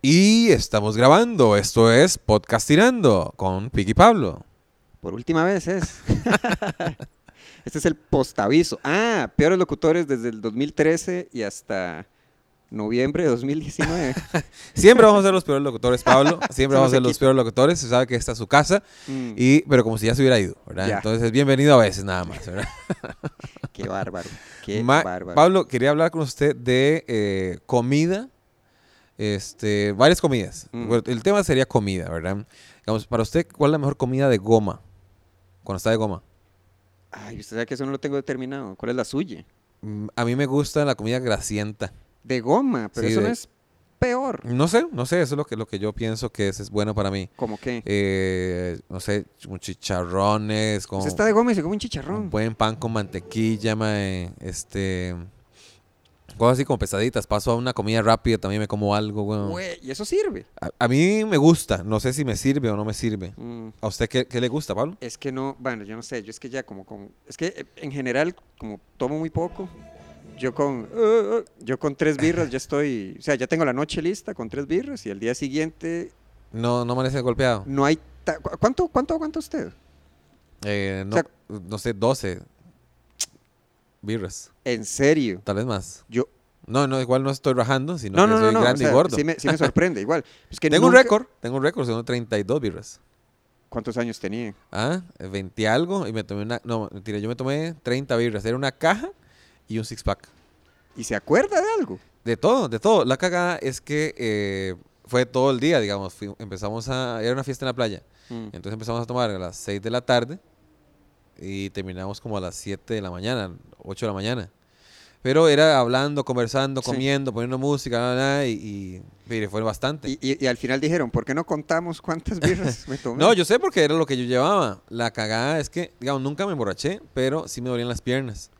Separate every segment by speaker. Speaker 1: Y estamos grabando. Esto es Podcast Tirando con Piqui Pablo.
Speaker 2: Por última vez es. este es el postaviso. Ah, peores locutores desde el 2013 y hasta noviembre de 2019.
Speaker 1: Siempre vamos a ser los peores locutores, Pablo. Siempre vamos a ser los peores locutores. Se sabe que esta es su casa,
Speaker 2: Mm,
Speaker 1: y, pero como si ya se hubiera ido, ¿verdad?
Speaker 2: Ya.
Speaker 1: Entonces, bienvenido a veces nada más, ¿verdad?
Speaker 2: qué bárbaro. Qué
Speaker 1: Ma-
Speaker 2: bárbaro.
Speaker 1: Pablo, quería hablar con usted de eh, comida, este, varias comidas.
Speaker 2: Mm.
Speaker 1: Bueno, El tema sería comida, ¿verdad? Digamos, para usted, ¿cuál es la mejor comida de goma? Cuando está de goma.
Speaker 2: Ay, usted sabe que eso no lo tengo determinado. ¿Cuál es la suya?
Speaker 1: Mm, A mí me gusta la comida grasienta.
Speaker 2: De goma, pero
Speaker 1: Sí,
Speaker 2: eso
Speaker 1: de-
Speaker 2: no es peor.
Speaker 1: No sé, no sé, eso es lo que, lo que yo pienso que es, es bueno para mí.
Speaker 2: ¿Cómo qué?
Speaker 1: Eh, no sé, como chicharrones, con
Speaker 2: usted está de goma y se come un
Speaker 1: un
Speaker 2: chicharrón.
Speaker 1: buen pan con mantequilla, mae, este... Cosas así como pesaditas. Paso a una comida rápida, también me como algo, weón.
Speaker 2: Güey, y eso sirve.
Speaker 1: A, a mí me gusta, no sé si me sirve o no me sirve.
Speaker 2: Mm.
Speaker 1: ¿A usted qué, qué le gusta, Pablo?
Speaker 2: Es que no, bueno, yo no sé, yo es que ya como con, es que eh, en general como tomo muy poco, yo con, eh, eh, yo con tres birras ya estoy, o sea, ya tengo la noche lista con tres birras y el día siguiente
Speaker 1: No, no amanece golpeado.
Speaker 2: no hay, ta- ¿cu- ¿cuánto, cuánto aguanta usted?
Speaker 1: Eh, no,
Speaker 2: sea-
Speaker 1: no sé, 12 birras,
Speaker 2: En serio,
Speaker 1: tal vez más.
Speaker 2: yo,
Speaker 1: No, no, igual no estoy rajando, sino
Speaker 2: no,
Speaker 1: que
Speaker 2: no, no,
Speaker 1: soy
Speaker 2: no, o
Speaker 1: grande
Speaker 2: sea,
Speaker 1: y gordo.
Speaker 2: sí me, sí me sorprende, igual. Es que
Speaker 1: tengo un
Speaker 2: nunca-
Speaker 1: récord, tengo un récord, son 32 birras.
Speaker 2: ¿Cuántos años tenía?
Speaker 1: Ah, 20 algo y me tomé una... No, mentira, yo me tomé 30 birras. Era una caja y un six-pack.
Speaker 2: ¿Y se acuerda de algo?
Speaker 1: De todo, de todo. La cagada es que eh, fue todo el día, digamos. Fui- empezamos a... Era una fiesta en la playa.
Speaker 2: Mm.
Speaker 1: Entonces empezamos a tomar a las 6 de la tarde y terminamos como a las 7 de la mañana, 8 de la mañana. Pero era hablando, conversando,
Speaker 2: Sí.
Speaker 1: comiendo, poniendo música, bla, bla, bla, y, y mire, fue bastante.
Speaker 2: Y, y- y al final dijeron, ¿por qué no contamos cuántas birras me tomé?
Speaker 1: no, yo sé porque era lo que yo llevaba. La cagada es que, digamos, nunca me emborraché, pero sí me dolían las piernas.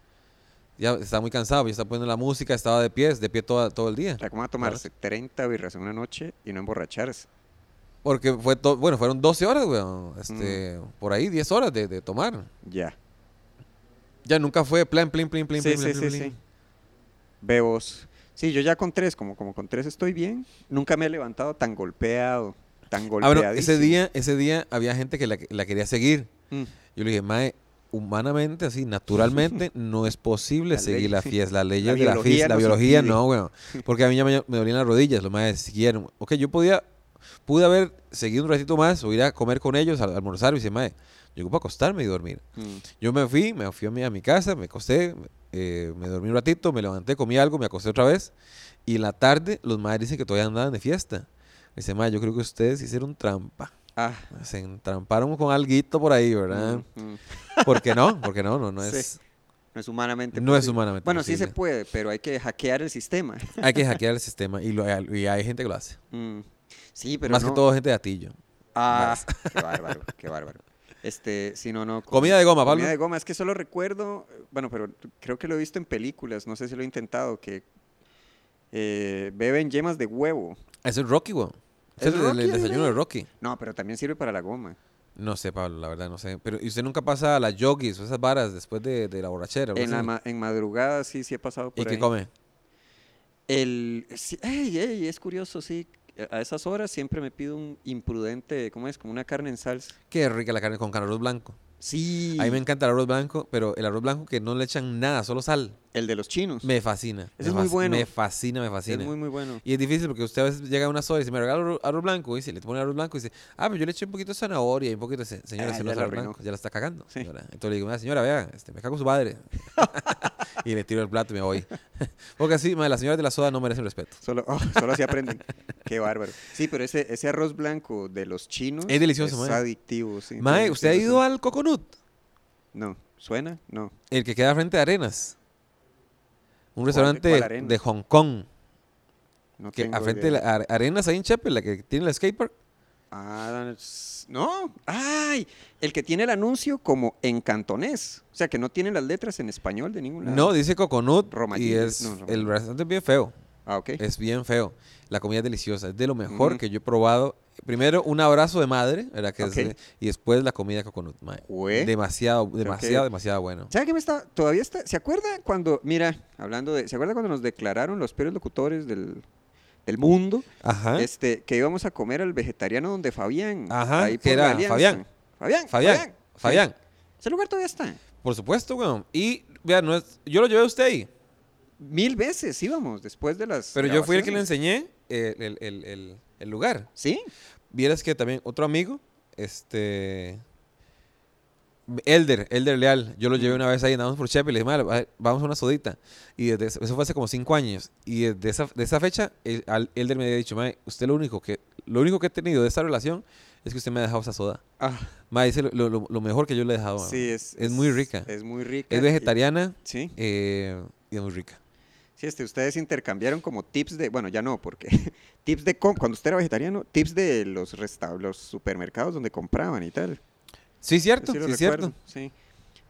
Speaker 1: Ya estaba muy cansado, yo estaba poniendo la música, estaba de pies, de pie toda- todo el día.
Speaker 2: O sea, ¿cómo va a tomarse 30 birras en una noche y no emborracharse?
Speaker 1: Porque fue todo, bueno, fueron 12 horas,
Speaker 2: Mm.
Speaker 1: weón. Este, Por ahí 10 horas de, de tomar.
Speaker 2: Ya.
Speaker 1: Ya nunca fue plan, plin, plin, plin,
Speaker 2: sí,
Speaker 1: plin,
Speaker 2: sí,
Speaker 1: plin,
Speaker 2: sí,
Speaker 1: plin.
Speaker 2: sí. Bebos. Sí, yo ya con tres, como, como con tres estoy bien. Nunca me he levantado tan golpeado, tan
Speaker 1: Ah, bueno,
Speaker 2: golpeado.
Speaker 1: ese día, ese día había gente que la, la quería seguir.
Speaker 2: Mm,
Speaker 1: Yo le dije, mae, humanamente, así, naturalmente, no es posible
Speaker 2: La
Speaker 1: seguir
Speaker 2: ley.
Speaker 1: la fiesta, las leyes
Speaker 2: La
Speaker 1: de la
Speaker 2: biología
Speaker 1: fiesta, la
Speaker 2: nos
Speaker 1: biología,
Speaker 2: impide.
Speaker 1: no, weón. Porque a mí ya me, me dolían las rodillas, los maes siguieron. Ok, yo podía, pude haber seguido un ratito más o ir a comer con ellos, a, almorzar, y dice, mae, yo ocupo acostarme y dormir.
Speaker 2: mm.
Speaker 1: Yo me fui, me fui a mi, a mi casa, me acosté, eh, me dormí un ratito, me levanté, comí algo, me acosté otra vez. Y en la tarde, los maes dicen que todavía andaban de fiesta. Me dice, mae, yo creo que ustedes hicieron trampa
Speaker 2: Ah,
Speaker 1: se entramparon con alguito por ahí, ¿verdad?
Speaker 2: mm, mm.
Speaker 1: ¿Por qué no? Porque no, no, no
Speaker 2: Sí.
Speaker 1: es.
Speaker 2: No es humanamente
Speaker 1: No es
Speaker 2: posible.
Speaker 1: humanamente
Speaker 2: Bueno, sí se
Speaker 1: posible.
Speaker 2: puede, pero hay que hackear el sistema.
Speaker 1: Hay que hackear el sistema y, lo, y hay gente que lo hace.
Speaker 2: Mm. Sí, pero
Speaker 1: Más
Speaker 2: no-
Speaker 1: que todo gente de atillo.
Speaker 2: Ah, qué bárbaro, qué bárbaro. Este, si no, no. com-
Speaker 1: Comida de goma, Pablo.
Speaker 2: Comida de goma, es que solo recuerdo, bueno, pero creo que lo he visto en películas, no sé si lo he intentado, que eh, beben yemas de huevo.
Speaker 1: Eso es Rocky, weón.
Speaker 2: ¿Es
Speaker 1: Ese Es el,
Speaker 2: Rocky,
Speaker 1: el
Speaker 2: es
Speaker 1: desayuno
Speaker 2: verdad?
Speaker 1: de Rocky.
Speaker 2: No, pero también sirve para la goma.
Speaker 1: No sé, Pablo, la verdad, no sé. Pero ¿y usted nunca pasa a las yogis o esas varas después de, de la borrachera. o algo
Speaker 2: En, la
Speaker 1: así?
Speaker 2: ma- en madrugada sí, sí he pasado por
Speaker 1: ¿Y
Speaker 2: ahí.
Speaker 1: qué come?
Speaker 2: El, sí, ey, ey, es curioso, sí. A esas horas siempre me pido un imprudente, ¿cómo es? Como una carne en salsa.
Speaker 1: Qué rica la carne con arroz blanco.
Speaker 2: Sí.
Speaker 1: A mí me encanta el arroz blanco, pero el arroz blanco que no le echan nada, solo sal.
Speaker 2: El de los chinos.
Speaker 1: Me fascina.
Speaker 2: Ese es
Speaker 1: me
Speaker 2: muy
Speaker 1: fasc-
Speaker 2: bueno.
Speaker 1: Me fascina, me
Speaker 2: es
Speaker 1: fascina.
Speaker 2: muy, muy bueno.
Speaker 1: Y es difícil porque usted a veces llega a una soda y dice, me regala arro- arroz blanco. Y dice, le pone arroz blanco y dice, ah, pero yo le eché un poquito de zanahoria y un poquito de... ce- Señora,
Speaker 2: Ah,
Speaker 1: eso no
Speaker 2: ya
Speaker 1: es
Speaker 2: la
Speaker 1: arroz
Speaker 2: arruinó.
Speaker 1: blanco, ya la está cagando.
Speaker 2: Sí.
Speaker 1: señora". Entonces le digo, "Mira, señora, vea, este, me cago en su madre. y le tiro el plato y me voy. porque así, madre, las señoras de la soda no merecen respeto.
Speaker 2: Solo, oh, solo así aprenden. Qué bárbaro. Sí, pero ese, ese arroz blanco de los chinos
Speaker 1: Es delicioso,
Speaker 2: es
Speaker 1: mae.
Speaker 2: adictivo. Sí,
Speaker 1: Mae,
Speaker 2: tiene-
Speaker 1: ¿usted ha
Speaker 2: tiene
Speaker 1: ido
Speaker 2: razón.
Speaker 1: al Coconut?
Speaker 2: No, ¿suena? No.
Speaker 1: El que queda frente a Arenas. Un restaurante
Speaker 2: cuál Arenas?
Speaker 1: de Hong Kong.
Speaker 2: no
Speaker 1: Que
Speaker 2: tengo
Speaker 1: a frente de
Speaker 2: idea.
Speaker 1: la Are- Arenas ahí en Chepe, la que tiene el skatepark.
Speaker 2: Ah, s- no. ¡Ay! El que tiene el anuncio como en cantonés. O sea, que no tiene las letras en español de ningún lado.
Speaker 1: No, dice Coconut y
Speaker 2: Romaguillas,
Speaker 1: es...
Speaker 2: no, Romaguillas.
Speaker 1: el restaurante es bien feo.
Speaker 2: Ah, ok.
Speaker 1: Es bien feo. La comida es deliciosa. Es de lo mejor
Speaker 2: Ujú.
Speaker 1: que yo he probado. Primero, un abrazo de madre, ¿verdad? Que es
Speaker 2: Ok.
Speaker 1: de- y después la comida coconut, mae.
Speaker 2: Jue.
Speaker 1: Demasiado, demasiado, demasiado bueno.
Speaker 2: ¿Sabe qué me está? Todavía está. ¿Se acuerda cuando, mira, hablando de. ¿Se acuerda cuando nos declararon los peores locutores del, del mundo,
Speaker 1: Ajá.
Speaker 2: este, que íbamos a comer al vegetariano donde Fabián.
Speaker 1: Ajá,
Speaker 2: ahí
Speaker 1: que
Speaker 2: por la
Speaker 1: era
Speaker 2: Alianza.
Speaker 1: Fabián.
Speaker 2: Fabián.
Speaker 1: Fabián.
Speaker 2: Fabián. sí.
Speaker 1: Fabián.
Speaker 2: Ese lugar todavía está.
Speaker 1: Por supuesto, weón. Y, vean, no es- yo lo llevé a usted ahí.
Speaker 2: Mil veces íbamos después de las.
Speaker 1: Pero yo fui el que le
Speaker 2: grabaciones.
Speaker 1: enseñé eh, el, el- el- el lugar.
Speaker 2: Sí.
Speaker 1: Vieras que también otro amigo, este. Elder, Elder Leal, yo lo llevé una vez ahí, andamos por Chepe y le dije, "Mae, va- vamos a una sodita. Y desde eso, eso fue hace como cinco años. Y desde esa, de esa fecha, el- al- Elder me había dicho, mae, usted lo único que lo único que he tenido de esta relación es que usted me ha dejado esa soda.
Speaker 2: Ah,
Speaker 1: Mae, dice, lo, lo- lo mejor que yo le he dejado. mae.
Speaker 2: sí, es,
Speaker 1: muy rica. Es,
Speaker 2: Es muy rica. y-
Speaker 1: vegetariana
Speaker 2: Sí.
Speaker 1: eh, y es muy rica.
Speaker 2: Sí, este, ustedes intercambiaron como tips de, bueno, ya no, porque tips de, com- cuando usted era vegetariano, tips de los, resta- los supermercados donde compraban y tal.
Speaker 1: Sí,
Speaker 2: Yo
Speaker 1: cierto,
Speaker 2: sí
Speaker 1: sí,
Speaker 2: lo
Speaker 1: cierto.
Speaker 2: recuerdo, sí.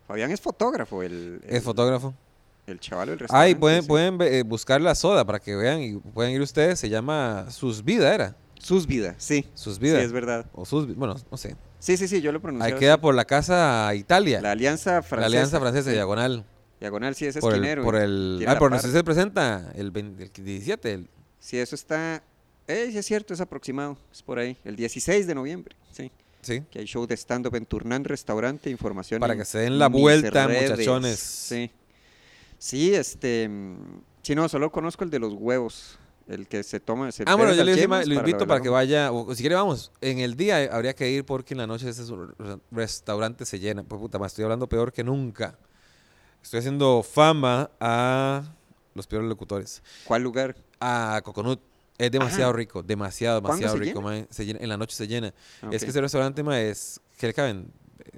Speaker 2: Fabián es fotógrafo, el, el,
Speaker 1: Es fotógrafo.
Speaker 2: el chaval del restaurante.
Speaker 1: Ay, pueden,
Speaker 2: sí.
Speaker 1: pueden ve- eh, buscar la soda para que vean y pueden ir ustedes. Se llama Sus Vida, era.
Speaker 2: Sus vidas, sí.
Speaker 1: Sus Vida.
Speaker 2: Sí, es verdad.
Speaker 1: o sus, Vi- bueno, no sé.
Speaker 2: Sí, sí, sí, yo lo pronuncié.
Speaker 1: Ahí queda por la Casa Italia.
Speaker 2: La
Speaker 1: La,
Speaker 2: Alianza Francesa.
Speaker 1: Alianza Francesa,
Speaker 2: sí.
Speaker 1: diagonal.
Speaker 2: Diagonal, sí, es
Speaker 1: Por el,
Speaker 2: esquinero.
Speaker 1: por
Speaker 2: y
Speaker 1: el-
Speaker 2: tiene
Speaker 1: ah,
Speaker 2: la
Speaker 1: por
Speaker 2: par.
Speaker 1: donde se presenta el, 20 el 17. el-
Speaker 2: Sí, eso está, eh, sí es cierto, es aproximado, es por ahí, el 16 de noviembre, sí.
Speaker 1: sí.
Speaker 2: Que hay show de stand-up en Turnán Restaurante, información.
Speaker 1: Para
Speaker 2: en
Speaker 1: que se den la
Speaker 2: mis
Speaker 1: vuelta,
Speaker 2: redes.
Speaker 1: muchachones.
Speaker 2: Sí. Sí, este. mm, Sí, no, solo conozco el de los huevos. El que se toma. se
Speaker 1: Ah, bueno,
Speaker 2: bebe
Speaker 1: yo le dije,
Speaker 2: Dalgemias
Speaker 1: ma, lo
Speaker 2: la
Speaker 1: invito para que
Speaker 2: velada.
Speaker 1: vaya. O, si quiere, vamos. En el día eh, habría que ir porque en la noche ese su- re- restaurante se llena. Pues puta, ma, estoy hablando peor que nunca. Estoy haciendo fama a los peores locutores.
Speaker 2: ¿Cuál lugar?
Speaker 1: a Coconut. Es demasiado
Speaker 2: Ajá.
Speaker 1: rico, demasiado,
Speaker 2: ¿Cuándo
Speaker 1: demasiado
Speaker 2: se
Speaker 1: rico.
Speaker 2: llena?
Speaker 1: mae. Se llena- en la noche se llena.
Speaker 2: Ah,
Speaker 1: Es
Speaker 2: ok.
Speaker 1: que ese restaurante mae, es que le caben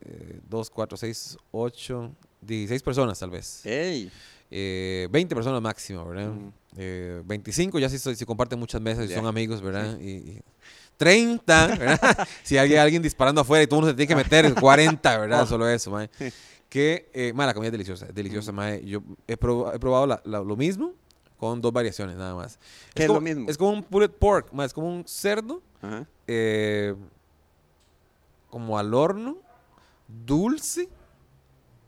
Speaker 1: Eh, 2, 4, 6, 8, 16 personas tal vez.
Speaker 2: Ey,
Speaker 1: Eh, 20 personas máximo, ¿verdad?
Speaker 2: Ujú.
Speaker 1: Eh, 25 ya si, so- si comparten muchas mesas y
Speaker 2: Mm. Ya.
Speaker 1: son amigos, ¿verdad? Y, y 30, ¿verdad? si hay alguien disparando afuera y todo el mundo se
Speaker 2: Ah.
Speaker 1: tiene que meter, 40, ¿verdad? Solo eso, mae. Que, eh, mae, la comida es deliciosa, es deliciosa,
Speaker 2: Mm.
Speaker 1: mae. Yo he, proba- he probado la- la- lo mismo con dos variaciones nada más.
Speaker 2: ¿Qué es lo
Speaker 1: como,
Speaker 2: mismo?
Speaker 1: Es como un pulled pork, mae, es como un cerdo
Speaker 2: ajá.
Speaker 1: eh, como al horno, dulce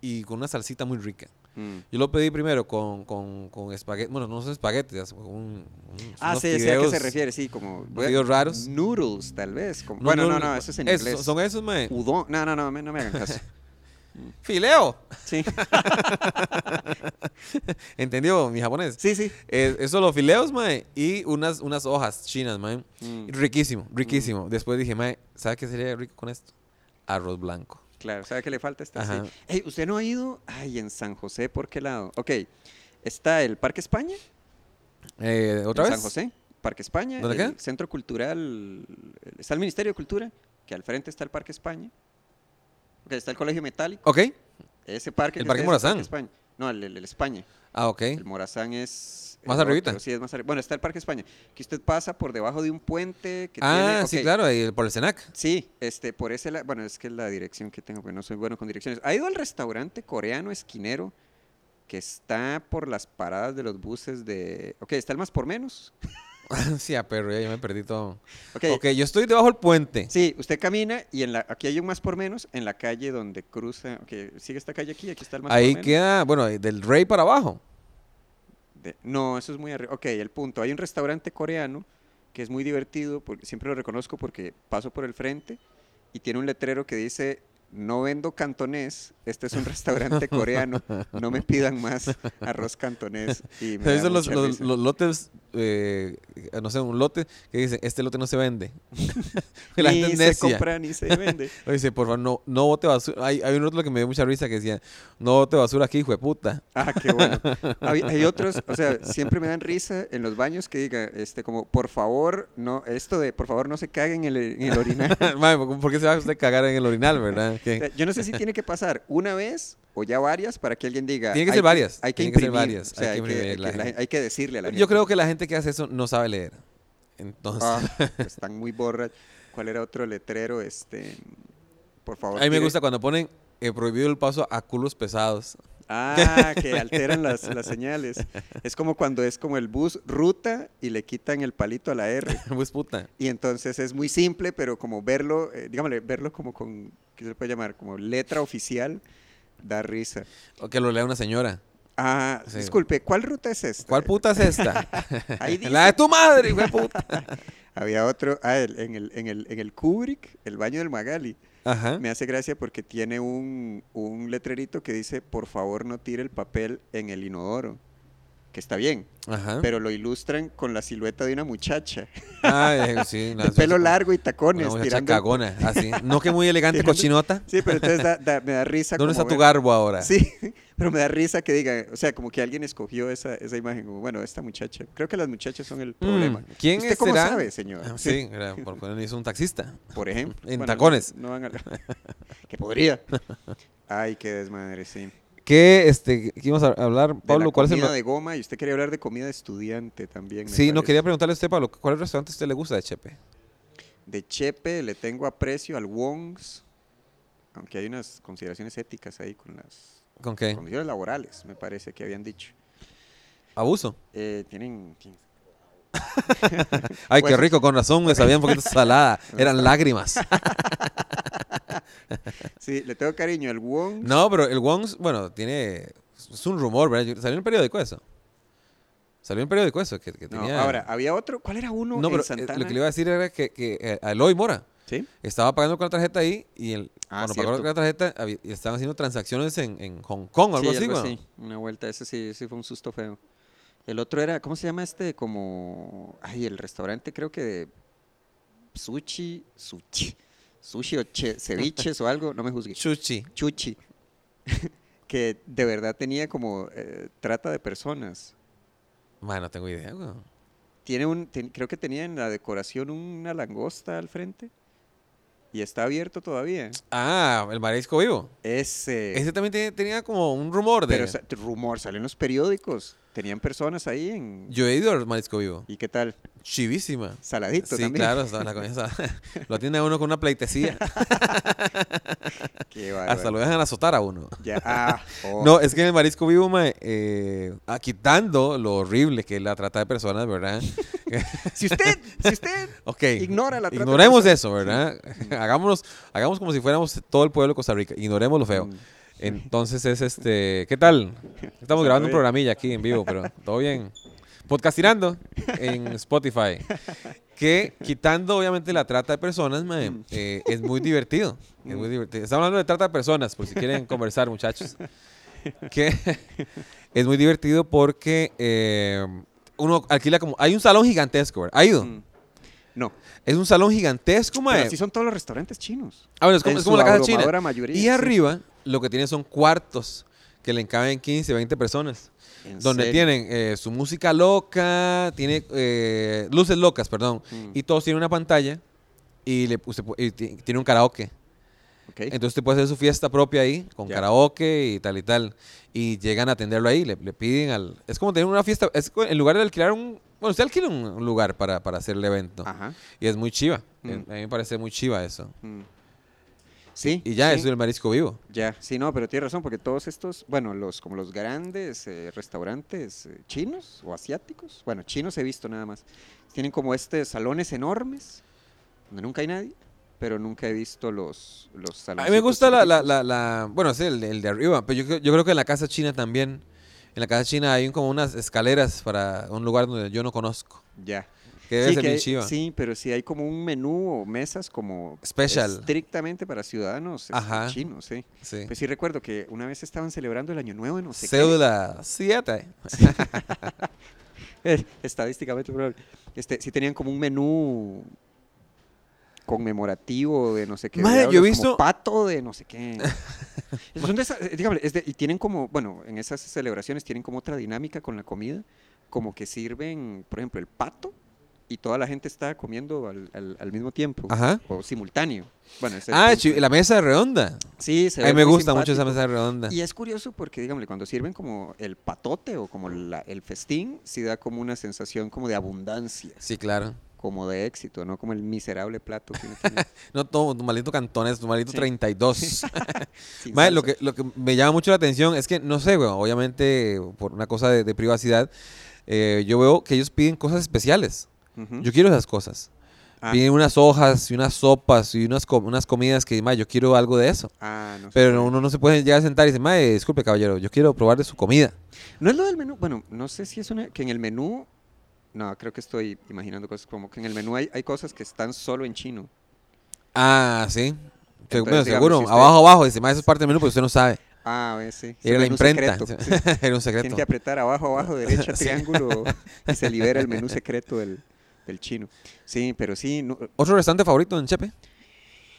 Speaker 1: y con una salsita muy rica.
Speaker 2: mm.
Speaker 1: Yo lo pedí primero con, con, con espagueti. Bueno, no son espaguetes, un, un-
Speaker 2: Ah,
Speaker 1: unos
Speaker 2: sí, sí, ¿a qué se
Speaker 1: fideos-
Speaker 2: refiere? Sí, como.
Speaker 1: fideos raros.
Speaker 2: Noodles, tal vez. como-
Speaker 1: unos
Speaker 2: bueno, no,
Speaker 1: noodles-
Speaker 2: no, eso es en
Speaker 1: esos-
Speaker 2: inglés.
Speaker 1: Son esos, mae.
Speaker 2: Udon. No, no, no, me- no me hagan caso.
Speaker 1: ¡Fileo!
Speaker 2: Sí,
Speaker 1: ¿Entendió mi japonés?
Speaker 2: sí, sí.
Speaker 1: Eh, esos los fileos, mae. Y unas, unas hojas chinas, mae.
Speaker 2: Mm,
Speaker 1: Riquísimo, riquísimo. Después dije, mae, ¿sabes qué sería rico con esto? Arroz blanco.
Speaker 2: Claro, ¿sabe qué le falta a esta? Sí.
Speaker 1: Ajá.
Speaker 2: Ey, ¿usted no ha ido? Ay, en San José, ¿por qué lado? Ok, está el Parque España.
Speaker 1: Eh, ¿Otra
Speaker 2: en
Speaker 1: vez?
Speaker 2: San José, Parque España.
Speaker 1: ¿Dónde
Speaker 2: el
Speaker 1: queda?
Speaker 2: Centro Cultural. Está el Ministerio de Cultura, que al frente está el Parque España. Ok, está el Colegio Metálico.
Speaker 1: Ok.
Speaker 2: Ese parque.
Speaker 1: ¿El
Speaker 2: que
Speaker 1: Parque
Speaker 2: ustedes-
Speaker 1: Morazán?
Speaker 2: España. No, el, el- el España.
Speaker 1: Ah, ok.
Speaker 2: El Morazán es. el
Speaker 1: Más arribita.
Speaker 2: otro, Sí, es más arriba. Bueno, está el Parque España. Que usted pasa por debajo de un puente que
Speaker 1: ah,
Speaker 2: tiene.
Speaker 1: sí,
Speaker 2: ok,
Speaker 1: claro, ahí por el Senac.
Speaker 2: Sí, este, por ese lado. Bueno, es que es la dirección que tengo, porque no soy bueno con direcciones. ¿Ha ido al restaurante coreano esquinero que está por las paradas de los buses de. Ok, está el más por menos.
Speaker 1: sí, a perro, ya yo me perdí todo.
Speaker 2: Ok,
Speaker 1: Ok, yo estoy debajo del puente.
Speaker 2: Sí, usted camina y en la, aquí hay un más por menos en la calle donde cruza, que sigue esta calle aquí, aquí está el más
Speaker 1: ahí
Speaker 2: por menos.
Speaker 1: queda, bueno, ahí del rey para abajo.
Speaker 2: De- no, eso es muy arriba. Ok, el punto. Hay un restaurante coreano que es muy divertido, porque siempre lo reconozco porque paso por el frente y tiene un letrero que dice, no vendo cantonés, este es un restaurante coreano, no me pidan más arroz cantonés. Y me da
Speaker 1: Esos son los,
Speaker 2: mucha
Speaker 1: los-
Speaker 2: risa.
Speaker 1: los lotes, eh, no sé, un lote que dice, este lote no se vende. La gente
Speaker 2: ni
Speaker 1: es
Speaker 2: se
Speaker 1: necia.
Speaker 2: compra ni se vende.
Speaker 1: O Dice, por favor, no, no bote basura. Hay, hay un otro que me dio mucha risa que decía, no bote basura aquí, hijo de puta.
Speaker 2: Ah, qué bueno. Hay, hay otros, o sea, siempre me dan risa en los baños que diga, este, como, por favor, no, esto de, por favor, no se caguen en el, en el orinal.
Speaker 1: Mae, ¿por por qué se va usted a cagar en el orinal, verdad?
Speaker 2: O sea,
Speaker 1: ¿Qué?
Speaker 2: Eh, Yo no sé si tiene que pasar una vez o ya varias para que alguien diga.
Speaker 1: Tiene que
Speaker 2: "Hay
Speaker 1: ser varias,
Speaker 2: Hay que
Speaker 1: tiene que ser
Speaker 2: imprimir.
Speaker 1: varias,
Speaker 2: o sea, hay, que, hay,
Speaker 1: la
Speaker 2: que- la-
Speaker 1: gente.
Speaker 2: hay que decirle a la gente.
Speaker 1: Yo creo que la gente que hace eso no sabe leer. Entonces,
Speaker 2: Ah, están muy borrachos. ¿Cuál era otro letrero? Este, por favor.
Speaker 1: a mí me
Speaker 2: tire-
Speaker 1: gusta cuando ponen eh, prohibido el paso a culos pesados.
Speaker 2: Ah, que alteran las, las señales. Es como cuando es como el bus ruta y le quitan el palito a la R.
Speaker 1: pues puta.
Speaker 2: Y entonces es muy simple, pero como verlo, eh, digámosle, verlo como con, ¿qué se le puede llamar? Como letra oficial, da risa.
Speaker 1: O que lo lea una señora.
Speaker 2: Ah,
Speaker 1: Sí.
Speaker 2: disculpe, ¿cuál ruta es esta?
Speaker 1: ¿Cuál puta es esta?
Speaker 2: Ahí dice.
Speaker 1: La de tu madre, hijo de puta.
Speaker 2: Había otro, ah, el- en, el, en, el, en el Kubrick, el baño del Magali.
Speaker 1: Ajá.
Speaker 2: Me hace gracia porque tiene un, un letrerito que dice, por favor no tire el papel en el inodoro. Que está bien,
Speaker 1: Ajá.
Speaker 2: pero lo ilustran con la silueta de una muchacha,
Speaker 1: Ay, eh, sí,
Speaker 2: de pelo largo y
Speaker 1: Una
Speaker 2: tacones,
Speaker 1: muchacha
Speaker 2: tirando... el-
Speaker 1: cagona, así. No que muy elegante,
Speaker 2: Tirando-
Speaker 1: cochinota.
Speaker 2: Sí, pero entonces da- da- me da risa.
Speaker 1: ¿Dónde
Speaker 2: como
Speaker 1: está tu
Speaker 2: ver-
Speaker 1: garbo ahora?
Speaker 2: Sí, pero me da risa que diga, o sea, como que alguien escogió esa, esa imagen, como, bueno, esta muchacha. Creo que las muchachas son el
Speaker 1: Mm,
Speaker 2: problema.
Speaker 1: ¿Quién
Speaker 2: ¿Usted cómo
Speaker 1: será?
Speaker 2: sabe, señor?
Speaker 1: Ah, Sí, era porque no es un taxista.
Speaker 2: Por ejemplo.
Speaker 1: En
Speaker 2: no-
Speaker 1: tacones.
Speaker 2: No, van a... que podría. Ay, qué desmadre, sí.
Speaker 1: ¿Qué, este, qué íbamos a hablar,
Speaker 2: De
Speaker 1: Pablo?
Speaker 2: la
Speaker 1: ¿Cuál es el
Speaker 2: comida de goma y usted quería hablar de comida de estudiante también. me
Speaker 1: Sí, no
Speaker 2: parece.
Speaker 1: quería preguntarle a usted, Pablo, ¿cuál restaurante a usted le gusta de Chepe?
Speaker 2: De Chepe le tengo aprecio al Wongs, aunque hay unas consideraciones éticas ahí con las
Speaker 1: ¿Con qué?
Speaker 2: condiciones laborales, me parece que habían dicho.
Speaker 1: Abuso.
Speaker 2: Eh, tienen, tienen-
Speaker 1: Ay, qué
Speaker 2: Pues-
Speaker 1: rico, con razón, le sabía un poquito salada. Eran lágrimas.
Speaker 2: Sí, le tengo cariño al Wongs.
Speaker 1: No, pero el Wongs, bueno, tiene. Es un rumor, ¿verdad? Yo- Salió en el periódico eso. Salió en el periódico eso, que, que
Speaker 2: No,
Speaker 1: tenía.
Speaker 2: ahora, había otro. ¿Cuál era uno
Speaker 1: No,
Speaker 2: en
Speaker 1: pero eh,
Speaker 2: Santana?
Speaker 1: lo que le iba a decir era que, que eh, a Eloy Mora
Speaker 2: ¿Sí?
Speaker 1: estaba pagando con la tarjeta ahí y el,
Speaker 2: Ah,
Speaker 1: cuando pagó
Speaker 2: cierto.
Speaker 1: con la tarjeta había- y estaban haciendo transacciones en, en Hong Kong o algo
Speaker 2: Sí,
Speaker 1: así,
Speaker 2: algo
Speaker 1: bueno.
Speaker 2: así, Una vuelta, ese sí, sí fue un susto feo. El otro era, ¿cómo se llama este? Como, ay, el restaurante creo que de sushi, sushi, sushi o che- ceviches o algo, no me juzgué.
Speaker 1: Chuchi.
Speaker 2: Chuchi, que de verdad tenía como eh, trata de personas.
Speaker 1: Man, no tengo idea, weón.
Speaker 2: Tiene un, ten- creo que tenía en la decoración una langosta al frente y está abierto todavía.
Speaker 1: Ah, el marisco vivo.
Speaker 2: Ese,
Speaker 1: Ese también tiene- tenía como un rumor de.
Speaker 2: pero sa- rumor, salió en los periódicos. Tenían personas ahí en...
Speaker 1: Yo he ido al marisco vivo.
Speaker 2: ¿Y qué tal?
Speaker 1: Chivísima.
Speaker 2: Saladito
Speaker 1: Sí,
Speaker 2: también.
Speaker 1: claro, está la comida salada. Lo atiende a uno con una pleitesía.
Speaker 2: Qué
Speaker 1: Hasta lo
Speaker 2: bárbaro.
Speaker 1: dejan azotar a uno.
Speaker 2: Ya, ah, oh,
Speaker 1: No, es que en el marisco vivo, mae, eh, ah, quitando lo horrible que es la trata de personas, ¿verdad?
Speaker 2: Si usted, si usted
Speaker 1: Ok.
Speaker 2: ignora la trata de
Speaker 1: Ignoremos
Speaker 2: personas.
Speaker 1: eso, ¿verdad? Hagámonos, hagamos como si fuéramos todo el pueblo de Costa Rica. Ignoremos lo feo.
Speaker 2: Mm.
Speaker 1: Entonces es este. ¿Qué tal? Estamos grabando un
Speaker 2: bien.
Speaker 1: programilla aquí en vivo, pero todo bien. Podcastirando en Spotify. Que quitando obviamente la trata de personas, mae,
Speaker 2: Mm.
Speaker 1: eh, es muy divertido. Es muy divertido. Estamos hablando de trata de personas, por si quieren conversar, muchachos. Que es muy divertido porque eh, uno alquila como. Hay un salón gigantesco, ¿verdad? ¿Ha ido?
Speaker 2: Mm. No,
Speaker 1: Es un salón gigantesco,
Speaker 2: pero
Speaker 1: mae.
Speaker 2: así son todos los restaurantes chinos.
Speaker 1: Ah, bueno, es como,
Speaker 2: En
Speaker 1: es como
Speaker 2: su
Speaker 1: la casa china.
Speaker 2: abrumadora mayoría,
Speaker 1: y
Speaker 2: sí.
Speaker 1: arriba lo que tiene son cuartos que le encaben 15, 20 personas.
Speaker 2: En
Speaker 1: Donde
Speaker 2: serio.
Speaker 1: tienen eh, su música loca, tiene eh, luces locas, perdón.
Speaker 2: Mm.
Speaker 1: Y todos tienen una pantalla y, le, usted pu- y ti- tiene un karaoke.
Speaker 2: Ok.
Speaker 1: Entonces usted puede hacer su fiesta propia ahí, con
Speaker 2: Ya.
Speaker 1: karaoke y tal y tal. Y llegan a atenderlo ahí, le, le piden al... Es como tener una fiesta, es co- en lugar de alquilar un... Bueno, usted alquila un un lugar para, para hacer el evento.
Speaker 2: Ajá.
Speaker 1: Y es muy chiva.
Speaker 2: Ah. Mm.
Speaker 1: Eh, A mí me parece muy chiva eso.
Speaker 2: mm. Sí.
Speaker 1: Y ya,
Speaker 2: sí,
Speaker 1: eso es el marisco vivo.
Speaker 2: Ya, sí, no, pero tiene razón, porque todos estos, bueno, los como los grandes eh, restaurantes eh, chinos o asiáticos, bueno, chinos he visto nada más, tienen como este salones enormes, donde nunca hay nadie, pero nunca he visto los, los
Speaker 1: A
Speaker 2: salones.
Speaker 1: mí me gusta la, la, la, la- bueno, sí, el, el de arriba, pero yo, creo- yo creo que en la casa china también, en la casa china hay un- como unas escaleras para un lugar donde yo no conozco,
Speaker 2: Ya.
Speaker 1: que debe
Speaker 2: sí,
Speaker 1: ser
Speaker 2: que
Speaker 1: bien
Speaker 2: hay-
Speaker 1: chiva.
Speaker 2: sí, pero si hay como un menú o mesas como
Speaker 1: Special.
Speaker 2: estrictamente para ciudadanos este,
Speaker 1: Ajá.
Speaker 2: chinos, sí.
Speaker 1: sí.
Speaker 2: Pues sí recuerdo que una vez estaban celebrando el año nuevo en no sé qué.
Speaker 1: Cédula 7.
Speaker 2: Eh, Estadísticamente probable. Este, sí tenían como un menú conmemorativo de no sé qué.
Speaker 1: Madre,
Speaker 2: diablos,
Speaker 1: yo he
Speaker 2: como
Speaker 1: visto-
Speaker 2: pato de no sé qué. Es un desa- eh, dígame, es de- y tienen como, bueno, en esas celebraciones tienen como otra dinámica con la comida, como que sirven, por ejemplo, el pato y toda la gente está comiendo al, al- al mismo tiempo
Speaker 1: Ajá.
Speaker 2: o simultáneo. Bueno, ese
Speaker 1: Ah,
Speaker 2: punto.
Speaker 1: chi- la mesa redonda.
Speaker 2: Sí, se
Speaker 1: A mí
Speaker 2: ve
Speaker 1: me
Speaker 2: muy
Speaker 1: gusta mucho esa
Speaker 2: simpático.
Speaker 1: mesa redonda.
Speaker 2: Y es curioso porque, dígame, cuando sirven como el patote o como la- el festín, sí da como una sensación como de abundancia,
Speaker 1: Sí, claro.
Speaker 2: como de éxito, no como el miserable plato que uno tiene
Speaker 1: No, todo, tu maldito cantones, tu maldito
Speaker 2: Sí.
Speaker 1: 32.
Speaker 2: sin
Speaker 1: Mae, lo,
Speaker 2: salsa.
Speaker 1: que, lo que me llama mucho la atención es que, no sé, weón, obviamente por una cosa de, de privacidad, eh, yo veo que ellos piden cosas especiales.
Speaker 2: Ujú.
Speaker 1: Yo quiero esas cosas.
Speaker 2: Ah.
Speaker 1: Vienen unas hojas y unas sopas y unas, co- unas comidas que, mae, yo quiero algo de eso.
Speaker 2: Ah, no sé.
Speaker 1: Pero uno no se puede llegar a sentar y decir, mae, disculpe, caballero, yo quiero probar de su comida.
Speaker 2: No es lo del menú. Bueno, no sé si es una. Que en el menú. No, creo que estoy imaginando cosas como que en el menú hay, hay cosas que están solo en chino.
Speaker 1: Ah, sí. Se-
Speaker 2: Entonces,
Speaker 1: bueno,
Speaker 2: digamos,
Speaker 1: seguro,
Speaker 2: si usted-
Speaker 1: abajo, abajo. Dice, mae, eso es parte del menú, pero usted no sabe.
Speaker 2: Ah, a ver, sí. Es
Speaker 1: Era
Speaker 2: un
Speaker 1: la
Speaker 2: menú
Speaker 1: imprenta.
Speaker 2: secreto, sí.
Speaker 1: Era un secreto.
Speaker 2: Tiene que apretar abajo, abajo, derecha,
Speaker 1: Sí.
Speaker 2: triángulo y se libera el menú secreto del, del chino. Sí, pero sí. no-
Speaker 1: ¿Otro restaurante favorito en Chepe?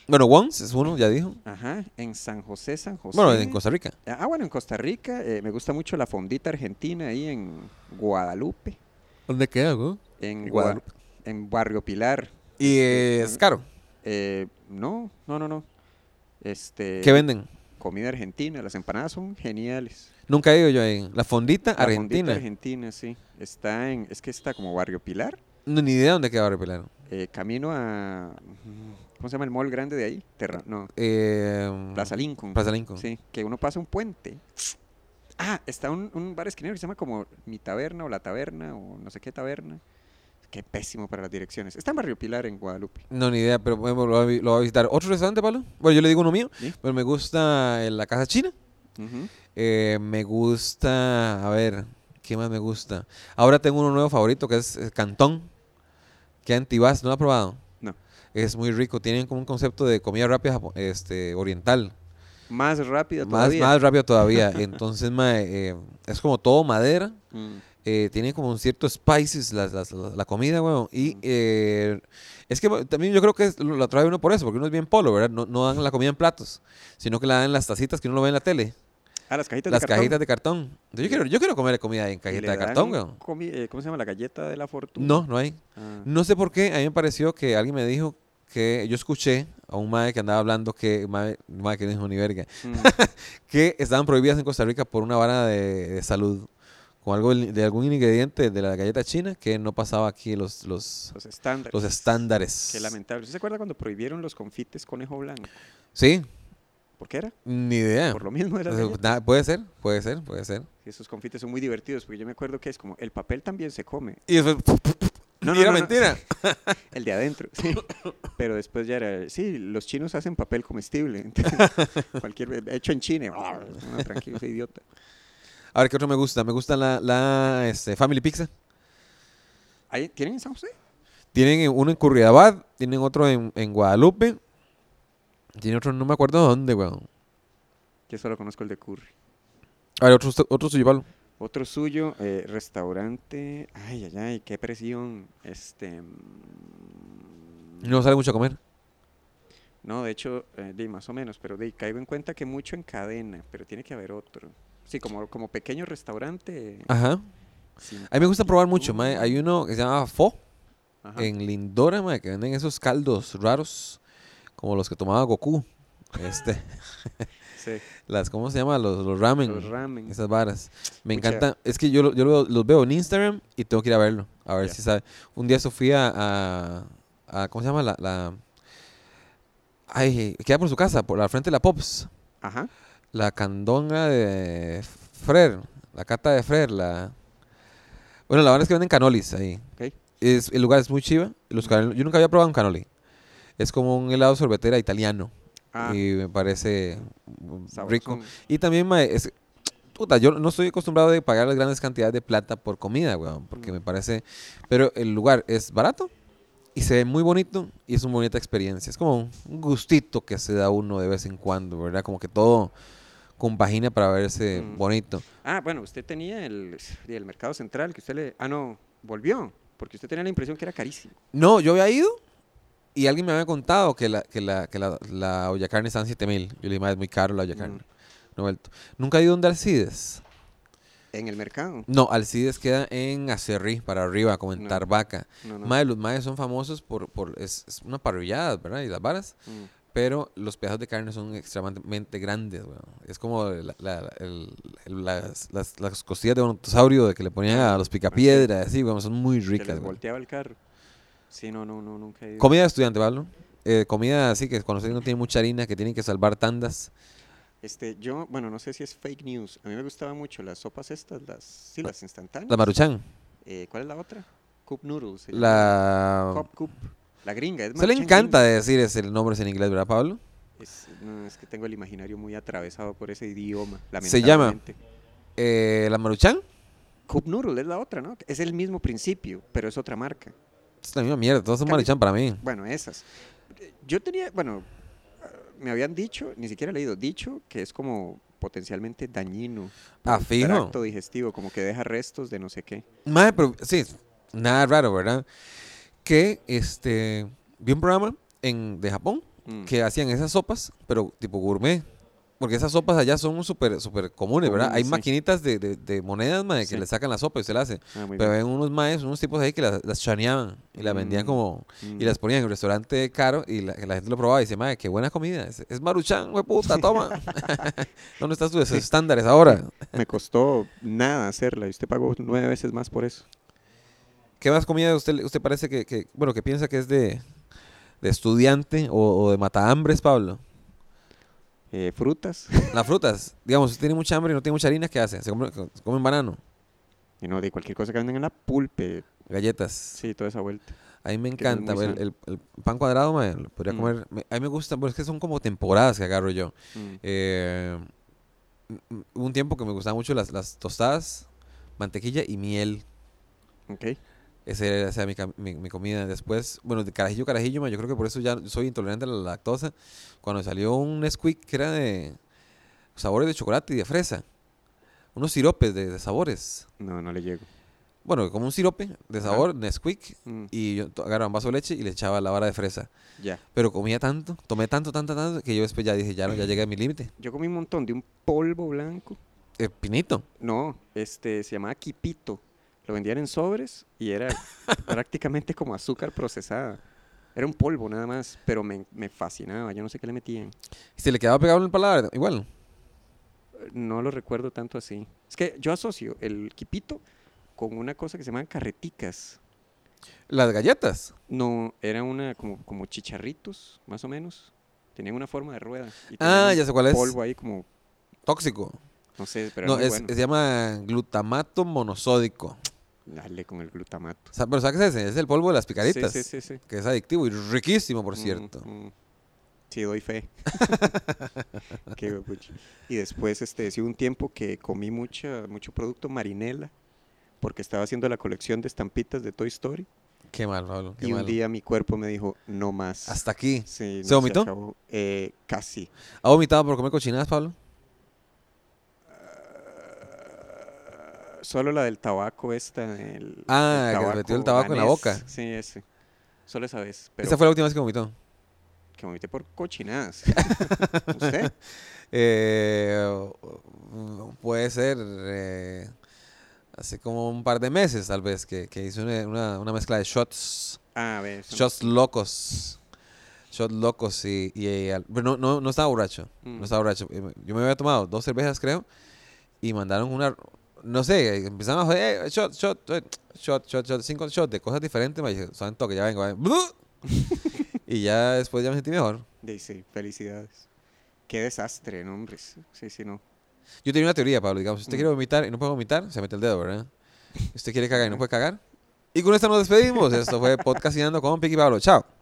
Speaker 1: Bueno, Wons es uno, ya dijo.
Speaker 2: ajá, en San José, San José.
Speaker 1: Bueno, en Costa Rica.
Speaker 2: Ah, bueno, en Costa Rica. eh, me gusta mucho la fondita argentina ahí en Guadalupe.
Speaker 1: ¿Dónde queda, güey?
Speaker 2: En,
Speaker 1: En
Speaker 2: Gua-
Speaker 1: Guadalupe.
Speaker 2: en Barrio Pilar.
Speaker 1: Y eh, es caro.
Speaker 2: Eh, no, no, no, no. Este,
Speaker 1: ¿Qué venden?
Speaker 2: Comida argentina, las empanadas son geniales.
Speaker 1: Nunca he ido yo ahí. La fondita
Speaker 2: La fondita
Speaker 1: argentina.
Speaker 2: argentina, sí. Está en, es que está como Barrio Pilar,
Speaker 1: No, ni idea dónde queda Barrio Pilar.
Speaker 2: eh, camino a, ¿cómo se llama el mall grande de ahí? Terra, no,
Speaker 1: Eh,
Speaker 2: Plaza Lincoln.
Speaker 1: Plaza Lincoln.
Speaker 2: Sí, que uno pasa un puente. Ah, está un, un bar esquinero que se llama como Mi Taberna o La Taberna o no sé qué taberna. Qué pésimo para las direcciones. Está en Barrio Pilar, en Guadalupe.
Speaker 1: No, ni idea, pero bueno, lo, voy a vi- lo voy a visitar. ¿Otro restaurante, Pablo? Bueno, yo le digo uno mío,
Speaker 2: Sí.
Speaker 1: pero me gusta eh, la Casa China.
Speaker 2: Ujú.
Speaker 1: Eh, me gusta, a ver, ¿qué más me gusta? Ahora tengo uno nuevo favorito que es eh, Cantón, que es Antibás, ¿no lo ha probado?
Speaker 2: No.
Speaker 1: Es muy rico, tienen como un concepto de comida rápida japo- este, oriental,
Speaker 2: Más rápido
Speaker 1: más,
Speaker 2: todavía.
Speaker 1: más rápido todavía. Entonces, mae, eh, es como todo madera,
Speaker 2: Mm.
Speaker 1: eh, tiene como un cierto spices las- las- la, la comida, weón. Y eh, es que bueno, también yo creo que es- lo, lo atrae uno por eso, porque uno es bien polo, ¿verdad? No, no dan la comida en platos, sino que la dan en las tacitas que uno lo ve en la tele.
Speaker 2: Ah, las cajitas
Speaker 1: Las
Speaker 2: de cartón.
Speaker 1: cajitas de cartón. Yo quiero, yo quiero comer comida en
Speaker 2: Y le
Speaker 1: cajita de
Speaker 2: dan
Speaker 1: cartón, weón.
Speaker 2: comi- eh, ¿Cómo se llama? La galleta de la fortuna.
Speaker 1: No, no hay.
Speaker 2: Ah.
Speaker 1: No sé por qué, a mí me pareció que alguien me dijo que yo escuché a un mae que andaba hablando que, mae, mae que no dijo ni verga,
Speaker 2: Mm.
Speaker 1: que estaban prohibidas en Costa Rica por una vara de, de salud, con algo del- de algún ingrediente de la galleta china que no pasaba aquí los, los,
Speaker 2: Los estándares.
Speaker 1: los estándares.
Speaker 2: Qué lamentable. ¿Usted se acuerda cuando prohibieron los confites conejo blanco?
Speaker 1: Sí,
Speaker 2: ¿Por qué era?
Speaker 1: ni idea.
Speaker 2: Por lo mismo era.
Speaker 1: Entonces, nada, puede ser, puede ser, puede ser.
Speaker 2: Esos confites son muy divertidos porque yo me acuerdo que es como el papel también se come.
Speaker 1: Y después,
Speaker 2: No,
Speaker 1: y
Speaker 2: no,
Speaker 1: era
Speaker 2: no, no.
Speaker 1: mentira.
Speaker 2: El de adentro. sí. Pero después ya era, sí, los chinos hacen papel comestible. Entonces, cualquier hecho en China. No, tranquilo, soy idiota.
Speaker 1: A ver, ¿qué otro me gusta? Me gusta la, la este, Family Pizza.
Speaker 2: Ahí- ¿Tienen en San José?
Speaker 1: Tienen uno en Curridabat, tienen otro en, en Guadalupe. Tiene otro, no me acuerdo dónde, weón.
Speaker 2: Yo solo conozco el de Curry.
Speaker 1: A ver, otro, ust- otro suyo, Pablo.
Speaker 2: Otro suyo, eh, restaurante. Ay, ay, ay, qué presión. Este. mm,
Speaker 1: No sale mucho a comer.
Speaker 2: No, de hecho, eh, di, más o menos, pero di, caigo en cuenta que mucho en cadena, pero tiene que haber otro. Sí, como, como pequeño restaurante.
Speaker 1: Ajá.
Speaker 2: sin
Speaker 1: A mí me gusta probar mucho,
Speaker 2: Mm.
Speaker 1: mae. Hay uno que se llama Fo
Speaker 2: Ajá.
Speaker 1: en Lindora, mae, que venden esos caldos raros, como los que tomaba Goku. Este,
Speaker 2: Sí,
Speaker 1: las, ¿cómo se llama? Los, los ramen.
Speaker 2: los ramen.
Speaker 1: Esas varas. Me
Speaker 2: Pucha.
Speaker 1: encanta. Es que yo, lo- yo lo- los veo en Instagram y tengo que ir a verlo. A ver
Speaker 2: Ya.
Speaker 1: si sabe. Un día Sofía a, a- ¿Cómo se llama? La, la- Ay, queda por su casa, por la frente de la Pops.
Speaker 2: Ajá.
Speaker 1: La candonga de Frer. La cata de Frer. La... Bueno, la verdad es que venden canolis ahí.
Speaker 2: Ok.
Speaker 1: Es, el lugar es muy chiva. Los canol- Yo nunca había probado un canoli. Es como un helado sorbetera italiano.
Speaker 2: Ah,
Speaker 1: Y me parece mm, rico.
Speaker 2: sabrosón.
Speaker 1: Y también, mae, es, puta, yo no estoy acostumbrado de pagar las grandes cantidades de plata por comida, weón, porque
Speaker 2: Mm.
Speaker 1: me parece... Pero el lugar es barato y se ve muy bonito y es una bonita experiencia. Es como un un gustito que se da uno de vez en cuando, ¿verdad? Como que todo compagina para verse
Speaker 2: Mm.
Speaker 1: bonito.
Speaker 2: Ah, bueno, usted tenía el, el mercado central que usted le. Ah, no, volvió, porque usted tenía la impresión que era carísimo.
Speaker 1: No, yo había ido y alguien me había contado que la, que la, que la, la olla carne está en 7000. Yo le dije, "Mae, es muy caro la olla
Speaker 2: Mm.
Speaker 1: carne. No he vuelto. Nunca he ido donde Alcides.
Speaker 2: En el mercado.
Speaker 1: No, Alcides queda en Acerrí, para arriba, como en
Speaker 2: No.
Speaker 1: Tarbaca.
Speaker 2: No, no.
Speaker 1: Mae, los maes son famosos por, por es, es una parrillada, ¿verdad? Y las varas.
Speaker 2: Mm.
Speaker 1: Pero los pedazos de carne son extremadamente grandes, weón. Es como la- la- la- el- el- las, las- las costillas de brontosaurio de que le ponían a los picapiedras, así, weón. Son muy
Speaker 2: Ah, Que
Speaker 1: ricas,
Speaker 2: les
Speaker 1: weón.
Speaker 2: volteaba el carro. Sí, no, no, no, nunca he ido.
Speaker 1: Comida de estudiante, Pablo. Eh, comida así que cuando usted no tiene mucha harina, que tienen que salvar tandas.
Speaker 2: Este, yo, bueno, no sé si es fake news. A mí me gustaban mucho las sopas estas, las, sí, las instantáneas.
Speaker 1: La maruchan.
Speaker 2: Eh, ¿Cuál es la otra? Cup noodles. se llama.
Speaker 1: La...
Speaker 2: Cup, cup. La gringa es
Speaker 1: ¿Se le
Speaker 2: Maruchan
Speaker 1: encanta decir ese nombres en inglés, verdad, Pablo?
Speaker 2: Gringa. Es, no, es que tengo el imaginario muy atravesado por ese idioma.
Speaker 1: Se llama-
Speaker 2: lamentablemente.
Speaker 1: Eh, ¿La Maruchan?
Speaker 2: Cup Noodle es la otra, ¿no? Es el mismo principio, pero es otra marca.
Speaker 1: Es la misma mierda, todos son
Speaker 2: Cali-
Speaker 1: Maruchan para mí.
Speaker 2: Bueno, esas. Yo tenía, bueno, me habían dicho, ni siquiera he leído, dicho que es como potencialmente dañino.
Speaker 1: Ah, fijo.
Speaker 2: Acto digestivo, como que deja restos de no sé qué.
Speaker 1: Mae, pero sí, nada raro, ¿verdad? Que este vi un programa en, de Japón
Speaker 2: Mm.
Speaker 1: que hacían esas sopas, pero tipo gourmet. Porque esas sopas allá son súper super comunes, ¿verdad?
Speaker 2: Comunes,
Speaker 1: Hay
Speaker 2: sí.
Speaker 1: maginitas maquinitas de, de- de monedas, mae, que
Speaker 2: Sí.
Speaker 1: le sacan la sopa y se la hace.
Speaker 2: Ah, muy
Speaker 1: Pero
Speaker 2: bien.
Speaker 1: ven unos maes, unos tipos ahí que las, las chaneaban y las vendían
Speaker 2: Mm,
Speaker 1: como...
Speaker 2: Mm.
Speaker 1: Y las ponían en el restaurante caro y la, la gente lo probaba y dice, madre, qué buena comida. Es, es maruchan, güey, puta, toma. ¿Dónde estás tus estándares ahora?
Speaker 2: Mm. Me costó nada hacerla y usted pagó nueve veces más por eso.
Speaker 1: ¿Qué más comida usted, usted parece que, que- bueno, que piensa que es de, de estudiante o, o de matahambres, Pablo?
Speaker 2: Eh, frutas.
Speaker 1: Las frutas, digamos, si tiene mucha hambre y no tiene mucha harina, ¿qué hace? Se come, se come un banano,
Speaker 2: Y no, de cualquier cosa que venden en la pulpe.
Speaker 1: galletas.
Speaker 2: Sí, toda esa vuelta.
Speaker 1: A mí me
Speaker 2: que no es
Speaker 1: encanta
Speaker 2: muy
Speaker 1: el,
Speaker 2: sano.
Speaker 1: el- el pan cuadrado, mae, lo podría
Speaker 2: Mm.
Speaker 1: comer. me- a mí me gusta, pero es que son como temporadas que agarro yo.
Speaker 2: Mm.
Speaker 1: Eh, m- m- hubo un tiempo que me gustaban mucho las, las tostadas, mantequilla y miel.
Speaker 2: Ok.
Speaker 1: Esa era, esa era mi, cam- mi- mi comida. Después, bueno, de carajillo, carajillo, ma, yo creo que por eso ya soy intolerante a la lactosa. Cuando salió un Nesquik que era de sabores de chocolate y de fresa. Unos siropes de, de sabores.
Speaker 2: No, no le llego.
Speaker 1: Bueno, como un sirope de
Speaker 2: Ajá.
Speaker 1: sabor, Nesquik.
Speaker 2: Mm,
Speaker 1: Y yo to- agarraba un vaso de leche y le echaba la vara de fresa.
Speaker 2: Ya.
Speaker 1: Pero comía tanto, tomé tanto, tanto, tanto, que yo después ya dije, ya, no, ya llegué a mi límite.
Speaker 2: Yo comí un montón de un polvo blanco.
Speaker 1: Eh, pinito.
Speaker 2: No, este se llamaba quipito. Lo vendían en sobres y era prácticamente como azúcar procesada. Era un polvo nada más, pero me, me fascinaba. Yo no sé qué le metían.
Speaker 1: Y se le quedaba pegado en el paladar, igual.
Speaker 2: Eh, No lo recuerdo tanto así. Es que yo asocio el quipito con una cosa que se llaman carreticas.
Speaker 1: Las galletas.
Speaker 2: No, era una como, como chicharritos, más o menos. Tenían una forma de rueda. y
Speaker 1: Ah,
Speaker 2: tenían
Speaker 1: ya sé cuál es.
Speaker 2: Polvo ahí como,
Speaker 1: Tóxico.
Speaker 2: no sé, pero
Speaker 1: no,
Speaker 2: era muy
Speaker 1: es-
Speaker 2: bueno.
Speaker 1: se llama glutamato monosódico.
Speaker 2: Dale con el glutamato.
Speaker 1: O sea, pero ¿sabes qué es ese? Es el polvo de las
Speaker 2: Sí,
Speaker 1: picaditas.
Speaker 2: Sí, sí, sí.
Speaker 1: Que es adictivo y riquísimo, por
Speaker 2: Mm,
Speaker 1: cierto.
Speaker 2: mm. Sí, doy fe. Qué huepucha. y después, este, sí hubo un tiempo que comí mucha, mucho producto marinela, porque estaba haciendo la colección de estampitas de Toy Story.
Speaker 1: Qué mal, Pablo. Qué
Speaker 2: y un
Speaker 1: mal.
Speaker 2: día mi cuerpo me dijo, no más.
Speaker 1: Hasta aquí.
Speaker 2: Sí,
Speaker 1: ¿Se
Speaker 2: no,
Speaker 1: vomitó?
Speaker 2: acabó. Eh, casi.
Speaker 1: ¿Ha vomitado por comer cochinadas, Pablo?
Speaker 2: Solo la del tabaco esta. El,
Speaker 1: Ah, que metió el tabaco en la boca.
Speaker 2: Sí, ese. Solo esa vez. Pero
Speaker 1: Esa fue la última vez que vomitó.
Speaker 2: que vomité por cochinadas. ¿Usted?
Speaker 1: Eh, mm, puede ser eh, hace como un par de meses, tal vez, que, que hice una, una- una mezcla de shots.
Speaker 2: Ah, a ver. eso no-
Speaker 1: Shots locos. Shots locos y... y- y al- pero no, no, no estaba borracho.
Speaker 2: Mm.
Speaker 1: No estaba borracho. Eh, me- Yo me había tomado dos cervezas, creo, y mandaron una... No sé, eh, empezaron a joder, eh, shot, shot, eh, shot, shot, shot, cinco shots de cosas diferentes. Me dije, saben toque, ya vengo. eh, ¡blu!". y ya después ya me sentí mejor.
Speaker 2: De- sí, felicidades. Qué desastre, no, hombre. Sí, sí, sí, no.
Speaker 1: Yo tenía una teoría, Pablo. Digamos, si usted
Speaker 2: Mm.
Speaker 1: quiere vomitar y no puede vomitar, se mete el dedo, ¿verdad? Si usted quiere cagar y no puede cagar. Y con esto nos despedimos. Esto fue Podcastinando con Piqui Pablo. Chao.